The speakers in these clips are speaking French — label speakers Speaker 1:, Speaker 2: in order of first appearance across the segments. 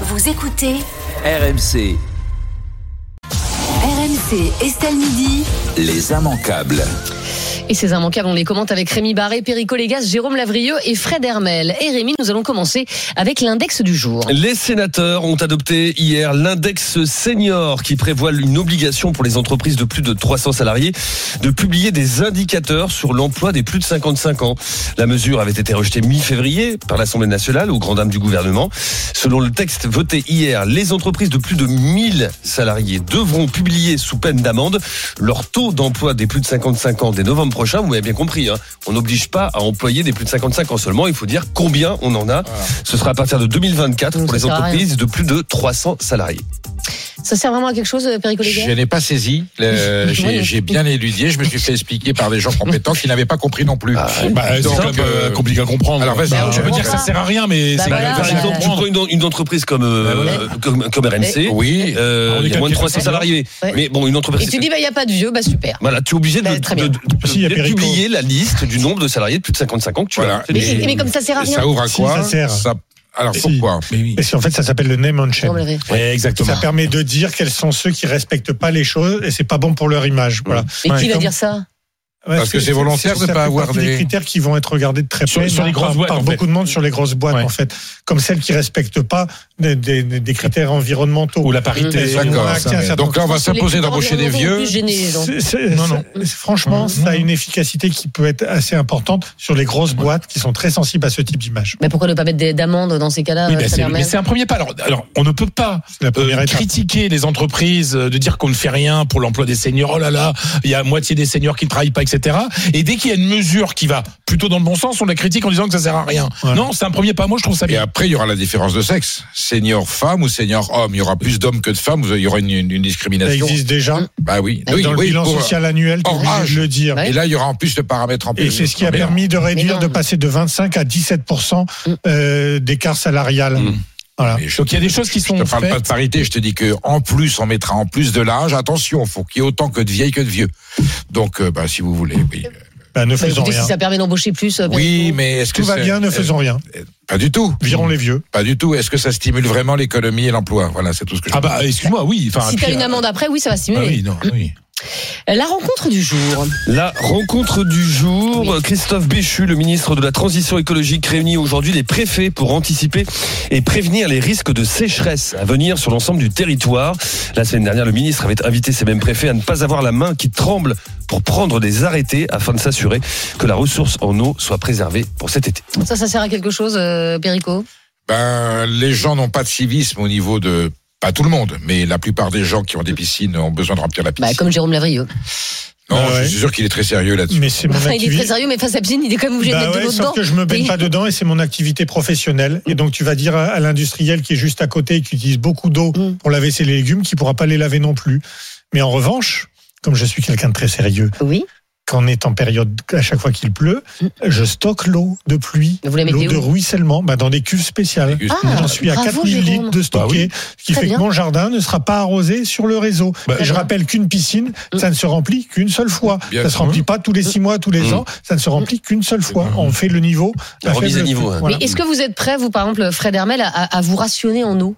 Speaker 1: Vous écoutez
Speaker 2: RMC,
Speaker 1: RMC Estelle Midi.
Speaker 2: les immanquables.
Speaker 3: Et ces immanquables, on les commente avec Rémi Barré, Perico Légas, Jérôme Lavrieux et Fred Hermel. Et Rémi, nous allons commencer avec l'index du jour.
Speaker 4: Les sénateurs ont adopté hier l'index senior qui prévoit une obligation pour les entreprises de plus de 300 salariés de publier des indicateurs sur l'emploi des plus de 55 ans. La mesure avait été rejetée mi-février par l'Assemblée nationale au grand dam du gouvernement. Selon le texte voté hier, les entreprises de plus de 1000 salariés devront publier sous peine d'amende leur taux d'emploi des plus de 55 ans dès novembre prochain. Vous m'avez bien compris, hein. on n'oblige pas à employer des plus de 55 ans seulement, il faut dire combien on en a. Ce sera à partir de 2024
Speaker 3: Donc,
Speaker 4: Ah,
Speaker 3: ça
Speaker 4: pour les
Speaker 3: sert à rien.
Speaker 4: entreprises de plus de 300 salariés.
Speaker 3: Ça sert vraiment à quelque chose, Perico
Speaker 5: Je
Speaker 3: Légas
Speaker 5: n'ai pas saisi. Le-
Speaker 3: Oui.
Speaker 5: J'ai j'ai bien éludié. Je me suis fait expliquer par des gens compétents qui n'avaient pas compris non plus.
Speaker 6: Bah, c'est
Speaker 5: Donc,
Speaker 6: quand même
Speaker 5: euh,
Speaker 6: euh, compliqué à comprendre.
Speaker 5: alors, vas-y,
Speaker 6: Bah,
Speaker 5: on
Speaker 6: je veux
Speaker 5: comprend
Speaker 6: dire que ça
Speaker 3: pas.
Speaker 6: sert à rien, mais
Speaker 3: Bah
Speaker 6: c'est
Speaker 3: voilà, Ah
Speaker 6: quand
Speaker 4: Par
Speaker 3: ouais,
Speaker 6: même
Speaker 4: exemple,
Speaker 3: ouais.
Speaker 4: tu prends une, une entreprise comme, euh, comme, comme RMC,
Speaker 5: Oui.
Speaker 4: euh,
Speaker 3: Ah,
Speaker 6: On est
Speaker 4: il y a moins de 300
Speaker 6: 400
Speaker 4: salariés.
Speaker 3: Ouais.
Speaker 4: Mais bon, une entreprise.
Speaker 3: Et tu dis, bah, il n'y a pas de vieux, bah, super.
Speaker 4: Voilà, tu es obligé de,
Speaker 3: Bah, très bien.
Speaker 4: de- de- de-
Speaker 6: Si, il y a
Speaker 4: de
Speaker 6: Perico.
Speaker 4: publier la liste du nombre de salariés de plus de 55 ans que tu
Speaker 5: Voilà.
Speaker 4: as.
Speaker 5: Et-
Speaker 3: Mais, c'est- mais comme ça sert à
Speaker 5: Et
Speaker 3: rien.
Speaker 5: ça ouvre à
Speaker 6: Si,
Speaker 5: quoi
Speaker 6: ça sert.
Speaker 5: Alors
Speaker 6: Si.
Speaker 5: pourquoi
Speaker 6: Mais oui.
Speaker 7: Parce qu'en fait, ça s'appelle le name on chain.
Speaker 3: Jérôme Lavrieux.
Speaker 6: Ouais, exactement.
Speaker 7: Ça permet de dire quels sont ceux qui respectent pas les choses et c'est pas bon pour leur image. Voilà.
Speaker 3: Mais
Speaker 7: Ouais,
Speaker 3: qui va
Speaker 7: comme-
Speaker 3: dire ça
Speaker 7: Ouais,
Speaker 5: Parce que c'est volontaire de
Speaker 7: ça
Speaker 5: pas
Speaker 7: fait
Speaker 5: avoir
Speaker 7: partie
Speaker 5: des-
Speaker 7: des critères qui vont être regardés de très
Speaker 6: Sur-
Speaker 7: près
Speaker 6: sur les
Speaker 7: par-
Speaker 6: grosses boîtes,
Speaker 7: par
Speaker 6: en fait.
Speaker 7: beaucoup de monde sur les grosses boîtes
Speaker 6: Ouais.
Speaker 7: en fait, comme celles qui respectent pas des, des- des critères environnementaux.
Speaker 6: Ou la parité.
Speaker 7: Et on
Speaker 5: D'accord.
Speaker 7: aura accès à ça.
Speaker 5: Donc là, on va
Speaker 3: Parce que les
Speaker 5: s'imposer
Speaker 3: plus
Speaker 5: d'embaucher des
Speaker 3: grands
Speaker 5: vieux.
Speaker 3: plus gênés, donc.
Speaker 7: C'est- c'est-
Speaker 6: Non, Mm-hmm. non.
Speaker 7: c'est- Franchement, ça a une efficacité qui peut être assez importante sur les grosses boîtes qui sont très sensibles à ce type d'image.
Speaker 3: Mais pourquoi ne pas mettre des- d'amendes dans ces cas-là
Speaker 6: Oui,
Speaker 3: euh,
Speaker 6: bah,
Speaker 3: ça
Speaker 6: c'est-
Speaker 3: permet-
Speaker 6: mais c'est un premier pas. Alors, alors, on ne peut pas
Speaker 7: C'est la première
Speaker 6: euh,
Speaker 7: étape.
Speaker 6: critiquer les entreprises, euh, de dire qu'on ne fait rien pour l'emploi des seniors. Oh là là, il y a moitié des seniors qui ne travaillent pas, etc. Et dès qu'il y a une mesure qui va plutôt dans le bon sens, on la critique en disant que ça sert à rien.
Speaker 7: Voilà.
Speaker 6: Non, c'est un premier pas. Moi, je trouve ça
Speaker 5: Et
Speaker 6: bien.
Speaker 5: après, il y aura la différence de sexe. Senior femme ou senior homme. Il y aura plus d'hommes que de femmes. Il y aura une, une- une
Speaker 7: Ça
Speaker 5: discrimination.
Speaker 7: existe déjà
Speaker 5: Bah oui.
Speaker 3: Dans
Speaker 5: oui,
Speaker 7: dans le
Speaker 5: oui,
Speaker 7: bilan
Speaker 5: pour-
Speaker 7: social annuel, tu es
Speaker 5: Hors
Speaker 7: obligé de
Speaker 5: âge.
Speaker 7: le dire.
Speaker 3: Ouais.
Speaker 5: Et là, il y aura en plus le paramètre en plus. Ah,
Speaker 7: Et c'est ce qui a
Speaker 5: Mais non.
Speaker 7: permis de réduire,
Speaker 3: non. Mm.
Speaker 7: de passer de 25 à 17% euh, d'écart salarial.
Speaker 4: Mm.
Speaker 7: Voilà.
Speaker 5: Mais je-
Speaker 6: Donc, il y a des choses qui
Speaker 5: Je
Speaker 6: sont
Speaker 5: te parle pas
Speaker 6: faites.
Speaker 5: de parité, je te dis que en plus on mettra en plus de l'âge. Attention, faut qu'il y ait autant que de vieilles que de vieux. Donc, euh, bah, si vous voulez, oui.
Speaker 7: Bah,
Speaker 3: Bah,
Speaker 7: ne faisons
Speaker 3: écoutez,
Speaker 7: rien.
Speaker 3: si ça permet d'embaucher plus. euh,
Speaker 5: Oui, mais est-ce que
Speaker 7: Tout va
Speaker 5: c'est-
Speaker 7: bien, ne faisons rien.
Speaker 5: Pas du tout.
Speaker 7: Virons les vieux.
Speaker 5: Pas du tout. Est-ce que ça stimule vraiment l'économie et l'emploi Voilà, c'est tout ce que je
Speaker 6: Ah bah, excuse-moi, oui. Enfin,
Speaker 3: si
Speaker 6: puis,
Speaker 3: t'as une
Speaker 6: euh,
Speaker 3: amende après, oui, ça va
Speaker 7: bah
Speaker 6: ah
Speaker 3: stimuler. Euh,
Speaker 6: oui, non, oui.
Speaker 3: La rencontre du jour.
Speaker 4: La rencontre du jour, Christophe Béchu, le ministre de la Transition écologique, réunit aujourd'hui les préfets pour anticiper et prévenir les risques de sécheresse à venir sur l'ensemble du territoire. La semaine dernière, le ministre avait invité ces mêmes préfets à ne pas avoir la main qui tremble pour prendre des arrêtés afin de s'assurer que la ressource en eau soit préservée pour cet été.
Speaker 3: Ça, ça sert à quelque chose, euh, Perico
Speaker 5: Ben, les gens n'ont pas de civisme au niveau de. Pas tout le monde, mais la plupart des gens qui ont des piscines ont besoin de remplir la piscine.
Speaker 3: bah, Comme Jérôme Lavrieux.
Speaker 5: Non,
Speaker 7: Ah ouais.
Speaker 5: je suis sûr qu'il est très sérieux là-dessus.
Speaker 7: Mais c'est mon
Speaker 3: Enfin, il est très
Speaker 7: activité.
Speaker 3: sérieux, mais face à Piscine, il est quand même obligé de
Speaker 7: Bah
Speaker 3: mettre de
Speaker 7: ouais,
Speaker 3: l'eau dedans.
Speaker 7: sauf que je me baigne
Speaker 3: Et-
Speaker 7: pas dedans et c'est mon activité professionnelle. Et donc tu vas dire à, à l'industriel qui est juste à côté et qui utilise beaucoup d'eau
Speaker 3: Mm.
Speaker 7: pour laver ses légumes, qui pourra pas les laver non plus. Mais en revanche, comme je suis quelqu'un de très sérieux,
Speaker 3: Oui.
Speaker 7: qu'en est en période à chaque fois qu'il pleut,
Speaker 3: Mm.
Speaker 7: je stocke l'eau de pluie,
Speaker 3: Vous la mettez
Speaker 7: l'eau de
Speaker 3: où
Speaker 7: ruissellement, bah, dans des cuves spéciales.
Speaker 5: Auguste.
Speaker 3: Ah,
Speaker 7: J'en suis à
Speaker 3: bravo,
Speaker 7: 4000
Speaker 3: Jérôme.
Speaker 7: litres de stocké, ce qui
Speaker 3: Très
Speaker 7: fait
Speaker 3: bien.
Speaker 7: que mon jardin ne sera pas arrosé sur le réseau.
Speaker 6: Bah,
Speaker 7: je
Speaker 3: bien.
Speaker 7: rappelle qu'une piscine,
Speaker 3: Mm.
Speaker 7: ça ne se remplit qu'une seule fois.
Speaker 5: Bien
Speaker 7: ça se
Speaker 5: sûr.
Speaker 7: remplit pas tous les six mois, tous les ans. Ça ne se remplit qu'une seule fois. On fait le niveau.
Speaker 4: La remise
Speaker 7: faible
Speaker 4: à niveau,
Speaker 7: flux.
Speaker 4: hein.
Speaker 7: Voilà.
Speaker 3: Mm. Mais est-ce que vous êtes prêt, vous, par exemple, Fred Hermel, à, à vous rationner en eau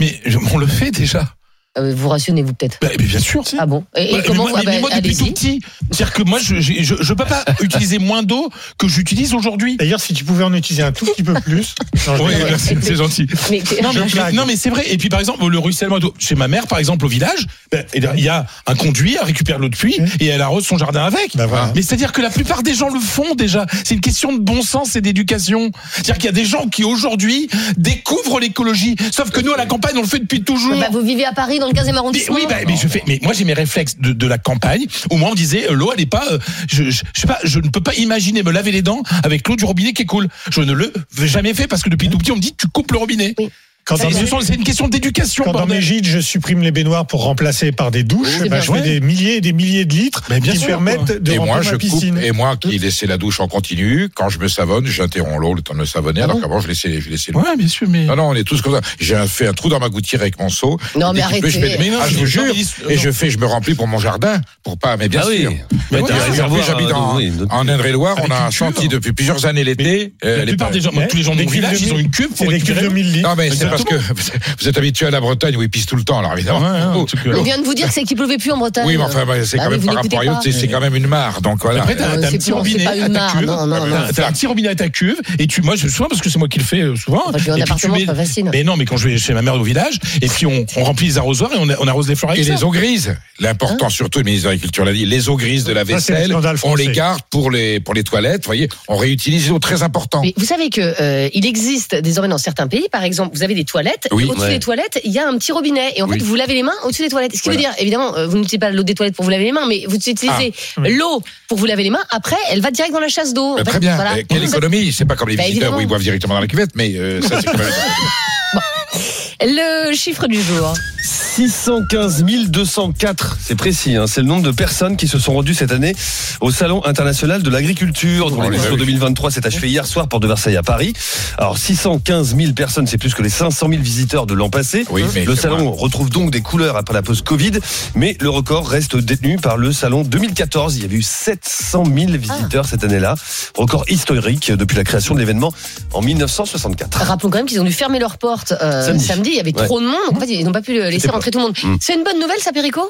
Speaker 6: Mais je- on le fait déjà.
Speaker 3: Euh, Vous rationnez-vous peut-être
Speaker 6: Bah, mais bien sûr.
Speaker 5: Mm.
Speaker 3: Ah bon Et, et
Speaker 6: Ouais, mais
Speaker 3: comment vous.
Speaker 6: moi, mais-
Speaker 3: ah bah,
Speaker 6: mais moi, depuis tout
Speaker 3: Allez-y.
Speaker 6: petit, c'est-à-dire que moi, je, j'ai- je, je peux pas utiliser moins d'eau que j'utilise aujourd'hui.
Speaker 7: D'ailleurs, si tu pouvais en utiliser un tout petit peu plus. Non, je
Speaker 6: Oui,
Speaker 7: rigole.
Speaker 6: merci, c'est gentil.
Speaker 3: Mais-
Speaker 6: Non mais,
Speaker 7: Je blague.
Speaker 6: non, mais c'est vrai. Et puis par exemple le ruissellement d'eau. chez ma mère par exemple au village, ben, eh bien, il y a un conduit, elle récupère l'eau de pluie et elle arrose son jardin avec.
Speaker 7: Bah Mmh.
Speaker 3: Ah.
Speaker 7: voilà.
Speaker 6: Mais c'est-à-dire que la plupart des gens le font déjà. C'est une question de bon sens et d'éducation. C'est-à-dire qu'il y a des gens qui aujourd'hui découvrent l'écologie. Sauf que nous à la campagne on le fait depuis toujours.
Speaker 3: Bah, vous vivez à Paris dans le 15e
Speaker 6: Mais
Speaker 3: arrondissement
Speaker 6: oui, bah, mais je fais. Mais moi, j'ai mes réflexes de, de la campagne. Au moins, on me disait euh, l'eau, elle est pas. euh, je, je, je sais pas. Je ne peux pas imaginer me laver les dents avec l'eau du robinet qui coule. Je ne le vais jamais fait parce que depuis tout petit, on me dit tu coupes le robinet.
Speaker 3: Oui.
Speaker 7: Quand
Speaker 6: Et
Speaker 7: dans
Speaker 6: ce
Speaker 7: mes-
Speaker 6: sont- C'est une question d'éducation.
Speaker 7: quand dans
Speaker 6: bordel.
Speaker 7: mes gîtes, je supprime les baignoires pour remplacer par des douches,
Speaker 3: C'est
Speaker 7: bah,
Speaker 3: bien.
Speaker 7: je fais
Speaker 6: Ouais.
Speaker 7: des milliers et des milliers de litres
Speaker 6: Mais bien
Speaker 7: qui
Speaker 6: sûr,
Speaker 7: permettent de
Speaker 5: et moi,
Speaker 7: remplir
Speaker 5: je
Speaker 7: ma piscine.
Speaker 5: coupe, et moi qui laissais la douche en continu, quand je me savonne, j'interromps l'eau le temps de me savonner, alors qu'avant, je laissais, je laissais l'eau.
Speaker 6: Ah Ouais, bien sûr, mais.
Speaker 5: Ah Non, non, on est tous comme ça. J'ai un- fait un trou dans ma gouttière avec mon seau.
Speaker 3: Non, mais
Speaker 5: Et dès qu'il
Speaker 3: arrêtez.
Speaker 5: peut, je mets-
Speaker 6: Mais non,
Speaker 5: Ah, je
Speaker 6: mais
Speaker 5: vous
Speaker 6: non,
Speaker 5: jure.
Speaker 6: mais dis-
Speaker 5: Et
Speaker 6: non.
Speaker 5: je fais, je me remplis pour mon jardin, pour pas, mais bien
Speaker 4: Ah oui.
Speaker 5: sûr.
Speaker 4: Mais
Speaker 5: Mais
Speaker 4: t'as
Speaker 5: bien
Speaker 4: un
Speaker 5: sûr,
Speaker 4: réservoir,
Speaker 5: puis j'habite
Speaker 4: euh,
Speaker 5: en,
Speaker 4: oui, de-
Speaker 5: en Indre-et-Loire,
Speaker 6: Avec
Speaker 5: on a
Speaker 6: une
Speaker 5: un
Speaker 6: cuve.
Speaker 5: senti depuis plusieurs années l'été. euh,
Speaker 6: La
Speaker 5: les
Speaker 6: plupart
Speaker 5: pa-
Speaker 6: des gens, moi,
Speaker 7: Mais
Speaker 6: tous les gens de
Speaker 7: les
Speaker 6: mon
Speaker 7: cuves de
Speaker 6: village, ils
Speaker 7: mille-
Speaker 6: ont une cuve
Speaker 7: C'est
Speaker 6: pour
Speaker 7: des cuves
Speaker 6: récupérer.
Speaker 7: de
Speaker 6: l'eau.
Speaker 7: 1000 litres.
Speaker 5: Non, mais c'est
Speaker 7: Ça
Speaker 5: parce que vous êtes habitué à la Bretagne où ils pissent tout le temps, alors évidemment.
Speaker 6: Ouais, ouais, un petit peu.
Speaker 3: On
Speaker 5: L'eau-
Speaker 3: vient de vous dire que c'est qu'il pleuvait plus en Bretagne.
Speaker 5: oui, mais enfin, bah, c'est
Speaker 3: Bah
Speaker 5: quand
Speaker 3: oui,
Speaker 5: même
Speaker 3: vous
Speaker 5: par
Speaker 3: n'écoutez
Speaker 5: rapport à Yacht,
Speaker 3: pas.
Speaker 5: c'est c'est quand même une mare. Donc voilà.
Speaker 6: Après, t'as
Speaker 3: Euh,
Speaker 6: t'as un
Speaker 3: c'est
Speaker 6: petit
Speaker 3: pas-
Speaker 6: robinet
Speaker 3: c'est pas
Speaker 6: à
Speaker 3: une
Speaker 6: ta
Speaker 3: mare,
Speaker 6: cuve.
Speaker 3: non, non,
Speaker 5: non.
Speaker 6: T'as un petit robinet à ta cuve. Et tu, moi, je le sois parce que c'est moi qui le fais euh, souvent.
Speaker 3: Enfin, puis en
Speaker 6: et puis tu
Speaker 3: appartement,
Speaker 6: mets-
Speaker 3: c'est pas facile.
Speaker 6: Mais non, mais quand je vais chez ma mère au village, et puis on, on remplit les arrosoirs et on, on arrose les fleurs avec
Speaker 5: Et
Speaker 6: ça.
Speaker 5: les eaux grises. L'important surtout, le ministre de l'Agriculture l'a dit, les eaux grises de la
Speaker 7: Hein Ah, Ça, c'est le
Speaker 5: vaisselle,
Speaker 7: scandale
Speaker 5: on
Speaker 7: français.
Speaker 5: les garde pour les, pour les toilettes, vous voyez, on réutilise l'eau, très important.
Speaker 3: Mais vous savez que euh, il existe désormais dans certains pays, par exemple, vous avez des toilettes.
Speaker 5: Oui,
Speaker 3: et au-dessus
Speaker 4: ouais.
Speaker 3: des toilettes, il y a un petit robinet. Et en fait,
Speaker 5: Oui.
Speaker 3: vous lavez les mains au-dessus des toilettes. Ce qui veut dire, évidemment, euh, vous n'utilisez pas l'eau des toilettes pour vous laver les mains, mais vous utilisez
Speaker 7: oui.
Speaker 3: l'eau pour vous laver les mains. Après, elle va direct dans la chasse d'eau.
Speaker 5: Ah, Bah,
Speaker 3: En fait,
Speaker 5: très bien,
Speaker 3: voilà.
Speaker 5: Euh, quelle économie C'est pas comme les
Speaker 3: Bah,
Speaker 5: visiteurs
Speaker 3: évidemment.
Speaker 5: où ils boivent directement dans la cuvette, mais euh, ça c'est quand même...
Speaker 3: Le chiffre du jour.
Speaker 4: 615 204, c'est précis, hein, c'est le nombre de personnes qui se sont rendues cette année au Salon international de l'agriculture, dont
Speaker 5: Oh, les
Speaker 4: l'édition
Speaker 5: vaches.
Speaker 4: 2023 s'est achevée hier soir, porte de Versailles à Paris. Alors 615 000 personnes, c'est plus que les 500 000 visiteurs de l'an passé.
Speaker 5: Oui, mais
Speaker 4: le
Speaker 5: c'est
Speaker 4: salon
Speaker 5: vrai.
Speaker 4: retrouve donc des couleurs après la pause Covid, mais le record reste détenu par le Salon 2014. Il y avait eu 700 000 visiteurs cette année-là, record historique depuis la création de l'événement en 1964.
Speaker 3: Rappelons quand même qu'ils ont dû fermer leurs portes euh, samedi.
Speaker 4: Samedi.
Speaker 3: Il y avait
Speaker 4: Ouais.
Speaker 3: trop de monde. En fait, ils n'ont pas pu le- laisser
Speaker 4: C'était
Speaker 3: rentrer tout le monde.
Speaker 4: Mm.
Speaker 3: C'est une bonne nouvelle, ça, Perico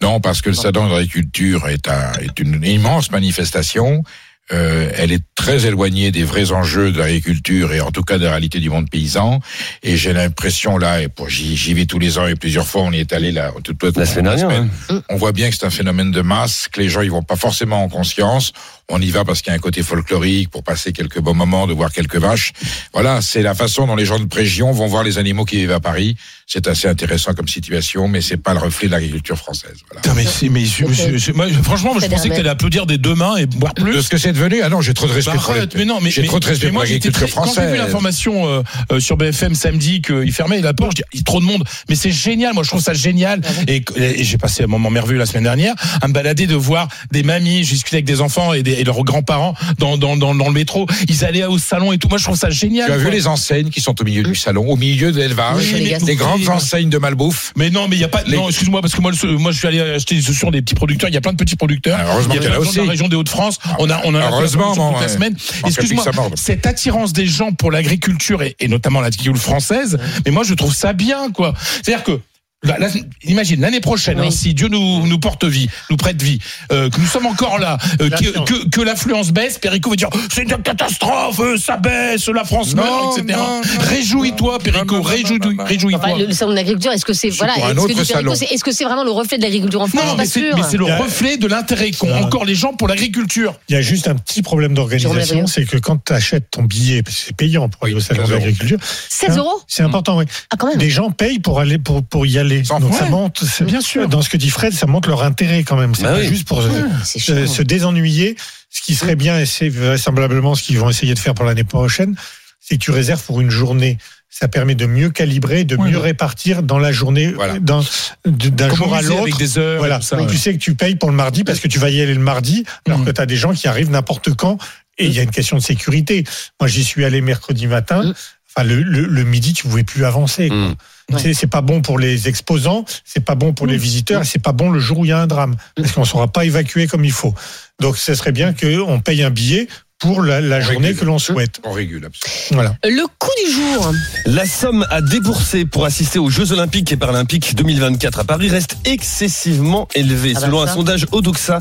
Speaker 5: Non, parce que le salon de l'agriculture est, un, est une immense manifestation. Euh, elle est très éloignée des vrais enjeux de l'agriculture et en tout cas de la réalité du monde paysan. Et j'ai l'impression là, et pour- j'y j'y vais tous les ans et plusieurs fois, on y est allé là tout, tout,
Speaker 4: La semaine dernière, hein.
Speaker 5: On voit bien que c'est un phénomène de masse, que les gens ils vont pas forcément en conscience. On y va parce qu'il y a un côté folklorique pour passer quelques bons moments, de voir quelques vaches. Voilà, c'est la façon dont les gens de région vont voir les animaux qui vivent à Paris. C'est assez intéressant comme situation, mais c'est pas le reflet de l'agriculture française. Voilà.
Speaker 6: Putain, mais c'est, mais je- je- je- moi, franchement, moi, je
Speaker 3: C'est
Speaker 6: pensais que
Speaker 3: derrière.
Speaker 6: t'allais applaudir des deux mains et boire plus.
Speaker 5: de ce que c'est devenu. Ah non, j'ai trop de respect
Speaker 6: Bah,
Speaker 5: pour
Speaker 6: arrête,
Speaker 5: les-
Speaker 6: mais non, mais,
Speaker 5: j'ai
Speaker 6: mais-
Speaker 5: trop de respect
Speaker 6: mais
Speaker 5: pour
Speaker 6: moi, j'étais
Speaker 5: l'agriculture
Speaker 6: très- Quand j'ai vu
Speaker 5: française.
Speaker 6: l'information euh, euh, sur BFM samedi qu'il fermait la porte, je dis, il y a trop de monde. Mais c'est génial, moi je trouve ça génial. Et, et j'ai passé un moment merveilleux la semaine dernière à me balader de voir des mamies, j'ai discuté avec des enfants et, des- et leurs grands-parents dans, dans, dans, dans le métro. Ils allaient au salon et tout. Moi je trouve ça génial.
Speaker 5: Tu as vu
Speaker 6: quoi.
Speaker 5: les enseignes qui sont au milieu du salon, au milieu de l'élevage,
Speaker 3: Oui, mais les
Speaker 5: des
Speaker 6: gars,
Speaker 5: grandes
Speaker 6: c'est-
Speaker 5: enseignes de malbouffe.
Speaker 6: Mais non, mais il y a pas.
Speaker 5: Les-
Speaker 6: Non, excuse-moi, parce que moi, le- moi, je suis allé acheter des chaussures des petits producteurs. Il y a plein de petits producteurs.
Speaker 5: Ah, heureusement
Speaker 6: il y a
Speaker 5: qu'il y en a
Speaker 6: plein de gens de
Speaker 5: aussi.
Speaker 6: la région des Hauts-de-France.
Speaker 5: Ah,
Speaker 6: on a, on a la
Speaker 5: heureusement,
Speaker 6: promotion
Speaker 5: bon,
Speaker 6: toute la
Speaker 5: ouais.
Speaker 6: semaine.
Speaker 5: Manquerait
Speaker 6: Excuse-moi,
Speaker 5: plus que ça morde.
Speaker 6: cette attirance des gens pour l'agriculture et, et notamment l'agriculture française. Mais moi, je trouve ça bien, quoi. C'est-à-dire que. là, là, imagine l'année prochaine,
Speaker 3: Oui.
Speaker 6: hein, si Dieu nous, nous porte vie, nous prête vie, euh, que nous sommes encore là, euh, que,
Speaker 7: L'affluence.
Speaker 6: que, que l'affluence baisse, Perico va dire c'est une catastrophe, euh, ça baisse, la France
Speaker 5: Non,
Speaker 6: meurt, etc.
Speaker 5: non, non,
Speaker 6: Réjouis-toi,
Speaker 5: non,
Speaker 6: Perico,
Speaker 5: non, non, non, non.
Speaker 6: réjouis-toi.
Speaker 3: Enfin, le, le salon de l'agriculture, est-ce que c'est
Speaker 5: suis
Speaker 3: voilà,
Speaker 5: pour un
Speaker 3: est-ce que
Speaker 5: autre
Speaker 3: dit Perico,
Speaker 5: salon.
Speaker 3: c'est- est-ce que c'est vraiment le reflet de l'agriculture en France
Speaker 6: Non, mais
Speaker 3: Je suis
Speaker 6: c'est
Speaker 3: pas
Speaker 6: mais
Speaker 3: sûre.
Speaker 6: c'est le
Speaker 7: Il y a-
Speaker 6: reflet de l'intérêt qu'ont
Speaker 7: Ouais.
Speaker 6: encore les gens pour l'agriculture.
Speaker 7: Il y a juste un petit problème
Speaker 3: Jérôme Laveillon.
Speaker 7: d'organisation, c'est que quand tu achètes ton billet, parce que c'est payant pour aller au salon de
Speaker 5: 15 euros.
Speaker 7: l'agriculture,
Speaker 3: 7
Speaker 6: hein
Speaker 3: euros
Speaker 7: c'est important. oui.
Speaker 3: Ah, quand même.
Speaker 7: Les gens payent pour aller pour pour y aller.
Speaker 5: Sans
Speaker 7: Donc
Speaker 5: frais.
Speaker 7: ça monte, c'est-
Speaker 6: Bien sûr.
Speaker 7: Dans ce que dit Fred, ça montre leur intérêt quand même. C'est
Speaker 4: Bah
Speaker 7: pas
Speaker 4: oui.
Speaker 7: juste pour euh,
Speaker 3: Ah, C'est
Speaker 7: se, se désennuyer. Ce qui serait bien, et c'est vraisemblablement ce qu'ils vont essayer de faire pour l'année prochaine, c'est que tu réserves pour une journée. Ça permet de mieux calibrer, de
Speaker 6: Ouais,
Speaker 7: mieux
Speaker 6: ouais.
Speaker 7: répartir dans la journée,
Speaker 5: Voilà.
Speaker 7: dans- d'un
Speaker 6: Comme
Speaker 7: jour
Speaker 6: au
Speaker 7: à
Speaker 6: musée,
Speaker 7: l'autre.
Speaker 6: avec des heures.
Speaker 7: Voilà,
Speaker 6: et tout ça,
Speaker 7: tu
Speaker 6: ouais.
Speaker 7: sais que tu payes pour le mardi parce que tu vas y aller le mardi, alors
Speaker 6: Mm.
Speaker 7: que tu as des gens qui arrivent n'importe quand et il y a une question de sécurité. Moi, j'y suis allé mercredi matin.
Speaker 3: Mm.
Speaker 7: Enfin, le, le- le midi, tu pouvais plus avancer. quoi.
Speaker 4: Mm.
Speaker 3: Ouais.
Speaker 7: C'est- C'est pas bon pour les exposants, c'est pas bon pour
Speaker 6: Mm.
Speaker 7: les visiteurs, et c'est pas bon le jour où il y a un drame parce qu'on ne saura pas évacuer comme il faut. Donc, ce serait bien qu'on paye un billet pour la, la journée
Speaker 5: régule.
Speaker 7: que l'on souhaite.
Speaker 5: On régule, absolument.
Speaker 7: Voilà.
Speaker 3: Le coût du jour.
Speaker 4: La somme à débourser pour assister aux Jeux Olympiques et Paralympiques 2024 à Paris reste excessivement élevée.
Speaker 3: Ah bah
Speaker 4: Selon un
Speaker 3: ça.
Speaker 4: sondage Odoxa,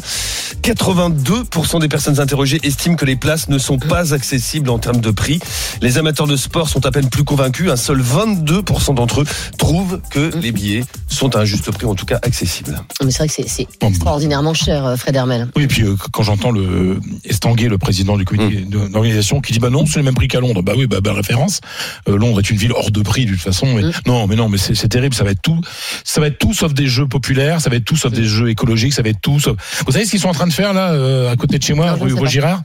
Speaker 4: 82% des personnes interrogées estiment que les places ne sont pas accessibles en termes de prix. Les amateurs de sport sont à peine plus convaincus. Un seul 22% d'entre eux trouvent que les billets sont à un juste prix, en tout cas accessibles.
Speaker 3: Non, mais c'est vrai que c'est- c'est
Speaker 6: Bon, bon.
Speaker 3: extraordinairement cher, euh, Fred Hermel.
Speaker 6: Oui, et puis euh, quand j'entends le Estanguet, le président du comité de- d'organisation, qui dit bah non, c'est le même prix qu'à Londres. Bah oui, bah, bah, référence. Euh, Londres est une ville hors de prix de toute façon. mais-
Speaker 3: Mm.
Speaker 6: Non, mais non, mais c'est c'est terrible. Ça va être tout, ça va être tout sauf des jeux populaires, ça va être tout
Speaker 3: Hmm.
Speaker 6: sauf des jeux écologiques, ça va être tout sauf. Vous savez ce qu'ils sont en train de faire là, euh, à côté de chez moi,
Speaker 3: Non, Ah, je ne
Speaker 6: rue
Speaker 3: sais pas.
Speaker 6: Vaugirard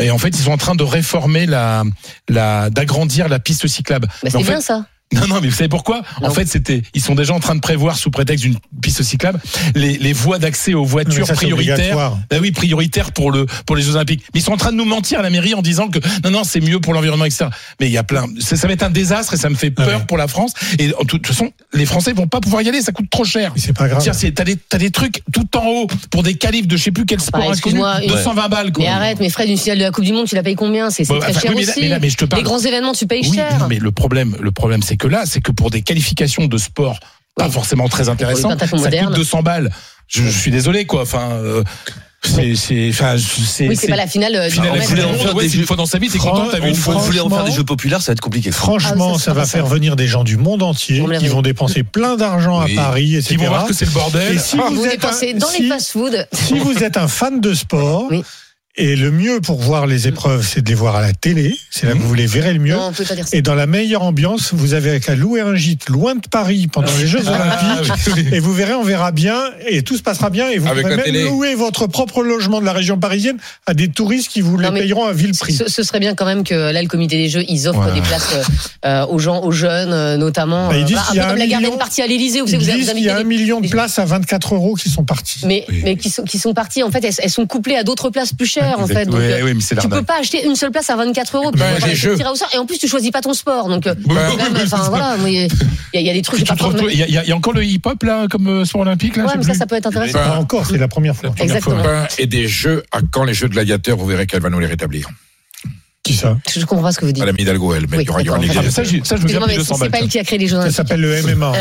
Speaker 6: Et en fait, ils sont en train de réformer la, la d'agrandir la piste cyclable.
Speaker 3: Bah,
Speaker 6: Mais en
Speaker 3: c'est
Speaker 6: fait,
Speaker 3: bien ça.
Speaker 6: Non, non, mais vous savez pourquoi En
Speaker 3: Non.
Speaker 6: fait, c'était, ils sont déjà en train de prévoir, sous prétexte d'une piste cyclable, les, les voies d'accès aux voitures
Speaker 7: Mais ça, c'est
Speaker 6: prioritaires.
Speaker 7: obligatoire.
Speaker 6: Bah oui, prioritaires pour le pour les Jeux Olympiques. Mais ils sont en train de nous mentir à la mairie en disant que non, non, c'est mieux pour l'environnement, etc. Mais il y a plein. Ça, ça va être un désastre et ça me fait peur
Speaker 7: Ah ouais.
Speaker 6: pour la France. Et en toute façon, les Français vont pas pouvoir y aller. Ça coûte trop cher.
Speaker 7: Mais c'est pas grave.
Speaker 6: Tiens, c'est- t'as des t'as des trucs tout en haut pour des qualifs de je sais plus quel sport
Speaker 3: Ah,
Speaker 6: inconnu,
Speaker 3: bah, excuse-moi, une-
Speaker 6: 220 balles. Quoi.
Speaker 3: Mais arrête, mais Fred, une finale de la Coupe du Monde, tu la payes combien C'est c'est
Speaker 6: Bon,
Speaker 3: très
Speaker 6: enfin,
Speaker 3: cher
Speaker 6: oui, mais là-
Speaker 3: aussi.
Speaker 6: mais là, mais je te parle-
Speaker 3: Les grands événements, tu payes
Speaker 6: Oui,
Speaker 3: cher.
Speaker 6: non, mais le problème, le problème, c'est que là, c'est que pour des qualifications de sport pas forcément très intéressantes, ça
Speaker 3: pentathlon
Speaker 6: coûte
Speaker 3: moderne.
Speaker 6: 200 balles. Je, je suis désolé, quoi. Enfin, euh, c'est, c'est, enfin, c'est.
Speaker 3: oui, c'est pas la finale. euh, du
Speaker 6: finale.
Speaker 3: Grand
Speaker 4: on
Speaker 6: la
Speaker 3: Prix.
Speaker 4: voulait
Speaker 6: finale
Speaker 4: en
Speaker 6: du
Speaker 4: faire
Speaker 6: monde, ouais,
Speaker 4: des
Speaker 6: c'est
Speaker 4: jeux-
Speaker 6: une fois dans sa vie, t'es
Speaker 7: Fran-
Speaker 6: content, t'as vu
Speaker 7: on
Speaker 6: une
Speaker 4: Vous
Speaker 6: fois.
Speaker 7: Franchement-
Speaker 4: voulez en faire des jeux populaires, ça va être compliqué.
Speaker 7: Franchement,
Speaker 3: Ah, ça,
Speaker 7: ça,
Speaker 3: c'est
Speaker 7: va
Speaker 3: pas
Speaker 7: faire
Speaker 3: ça.
Speaker 7: venir des gens du monde entier
Speaker 3: On l'a
Speaker 7: qui
Speaker 3: vu.
Speaker 7: vont dépenser plein d'argent
Speaker 5: Oui.
Speaker 7: à Paris, etc.
Speaker 6: Ils vont voir que c'est le bordel.
Speaker 7: Et si
Speaker 3: Vous
Speaker 7: vous, êtes un,
Speaker 3: dépensez dans les
Speaker 7: si-
Speaker 3: fast-food.
Speaker 7: si vous êtes un fan de sport,
Speaker 3: Oui.
Speaker 7: et le mieux pour voir les épreuves, c'est de les voir à la télé, c'est là que vous les verrez le mieux.
Speaker 3: Non, on peut pas dire ça.
Speaker 7: Et dans la meilleure ambiance, vous avez qu'à louer un gîte loin de Paris pendant les Jeux
Speaker 6: Ah,
Speaker 7: Olympiques.
Speaker 6: oui.
Speaker 7: Et vous verrez, on verra bien, et tout se passera bien, et vous
Speaker 5: Avec
Speaker 7: pourrez
Speaker 5: la
Speaker 7: même
Speaker 5: télé.
Speaker 7: louer votre propre logement de la région parisienne à des touristes qui vous
Speaker 3: Non,
Speaker 7: le
Speaker 3: mais
Speaker 7: payeront à vil prix.
Speaker 3: Ce, ce serait bien quand même que là, le comité des jeux, ils offrent
Speaker 5: Ouais.
Speaker 3: des places euh, euh, aux gens, aux jeunes, euh, notamment.
Speaker 7: Bah, ils
Speaker 3: euh,
Speaker 7: disent
Speaker 3: bah, un
Speaker 7: qu'il y
Speaker 3: peu
Speaker 7: a
Speaker 3: comme
Speaker 7: un
Speaker 3: la garden
Speaker 7: million-
Speaker 3: party à l'Élysée, où vous
Speaker 7: Ils
Speaker 3: vous
Speaker 7: disent
Speaker 3: avez
Speaker 7: qu'il y a un
Speaker 3: invité.
Speaker 7: million de places à 24 euros qui sont partis.
Speaker 3: Mais,
Speaker 5: Oui.
Speaker 3: mais qui, sont, qui sont parties, en fait, elles, elles sont couplées à d'autres places plus chères, en fait. Donc,
Speaker 6: Ouais,
Speaker 3: euh,
Speaker 6: oui, mais c'est
Speaker 3: tu peux
Speaker 6: l'arnaque.
Speaker 3: pas acheter une seule place à 24 euros. tu
Speaker 5: Ben,
Speaker 3: vas pas
Speaker 5: les
Speaker 3: te
Speaker 5: jeux.
Speaker 3: tirer au sort. Et en plus, tu choisis pas ton sport. Donc, euh,
Speaker 5: Ben,
Speaker 3: quand même, enfin, voilà, moi, il y, a- il y a- il y a des trucs.
Speaker 6: Tu
Speaker 3: j'ai pas
Speaker 6: te retrouves- Il y, a- il y a- il y a encore le hip-hop là, comme euh, sport olympique là.
Speaker 3: Ouais,
Speaker 6: je sais
Speaker 3: mais ça,
Speaker 6: plus.
Speaker 3: ça peut être intéressant.
Speaker 7: Pas encore, c'est la première fois.
Speaker 6: première
Speaker 3: Exactement.
Speaker 6: fois.
Speaker 5: Pain et des jeux à quand les jeux de gladiateurs, vous verrez qu'elle va nous les rétablir.
Speaker 7: Qui ça
Speaker 3: Je je comprends pas ce que vous dites.
Speaker 5: Madame Hidalgo, elle, mais
Speaker 3: Oui,
Speaker 5: il y aura, il y aura
Speaker 3: d'accord.
Speaker 5: les
Speaker 6: Ah, mais ça, je, ça, je veux bien
Speaker 3: Excusez-moi,
Speaker 6: payer
Speaker 3: mais
Speaker 6: 200
Speaker 3: c'est
Speaker 6: balles.
Speaker 3: pas Euh, elle qui a créé les jeux
Speaker 7: Ça
Speaker 3: olympiques.
Speaker 7: s'appelle le MMA.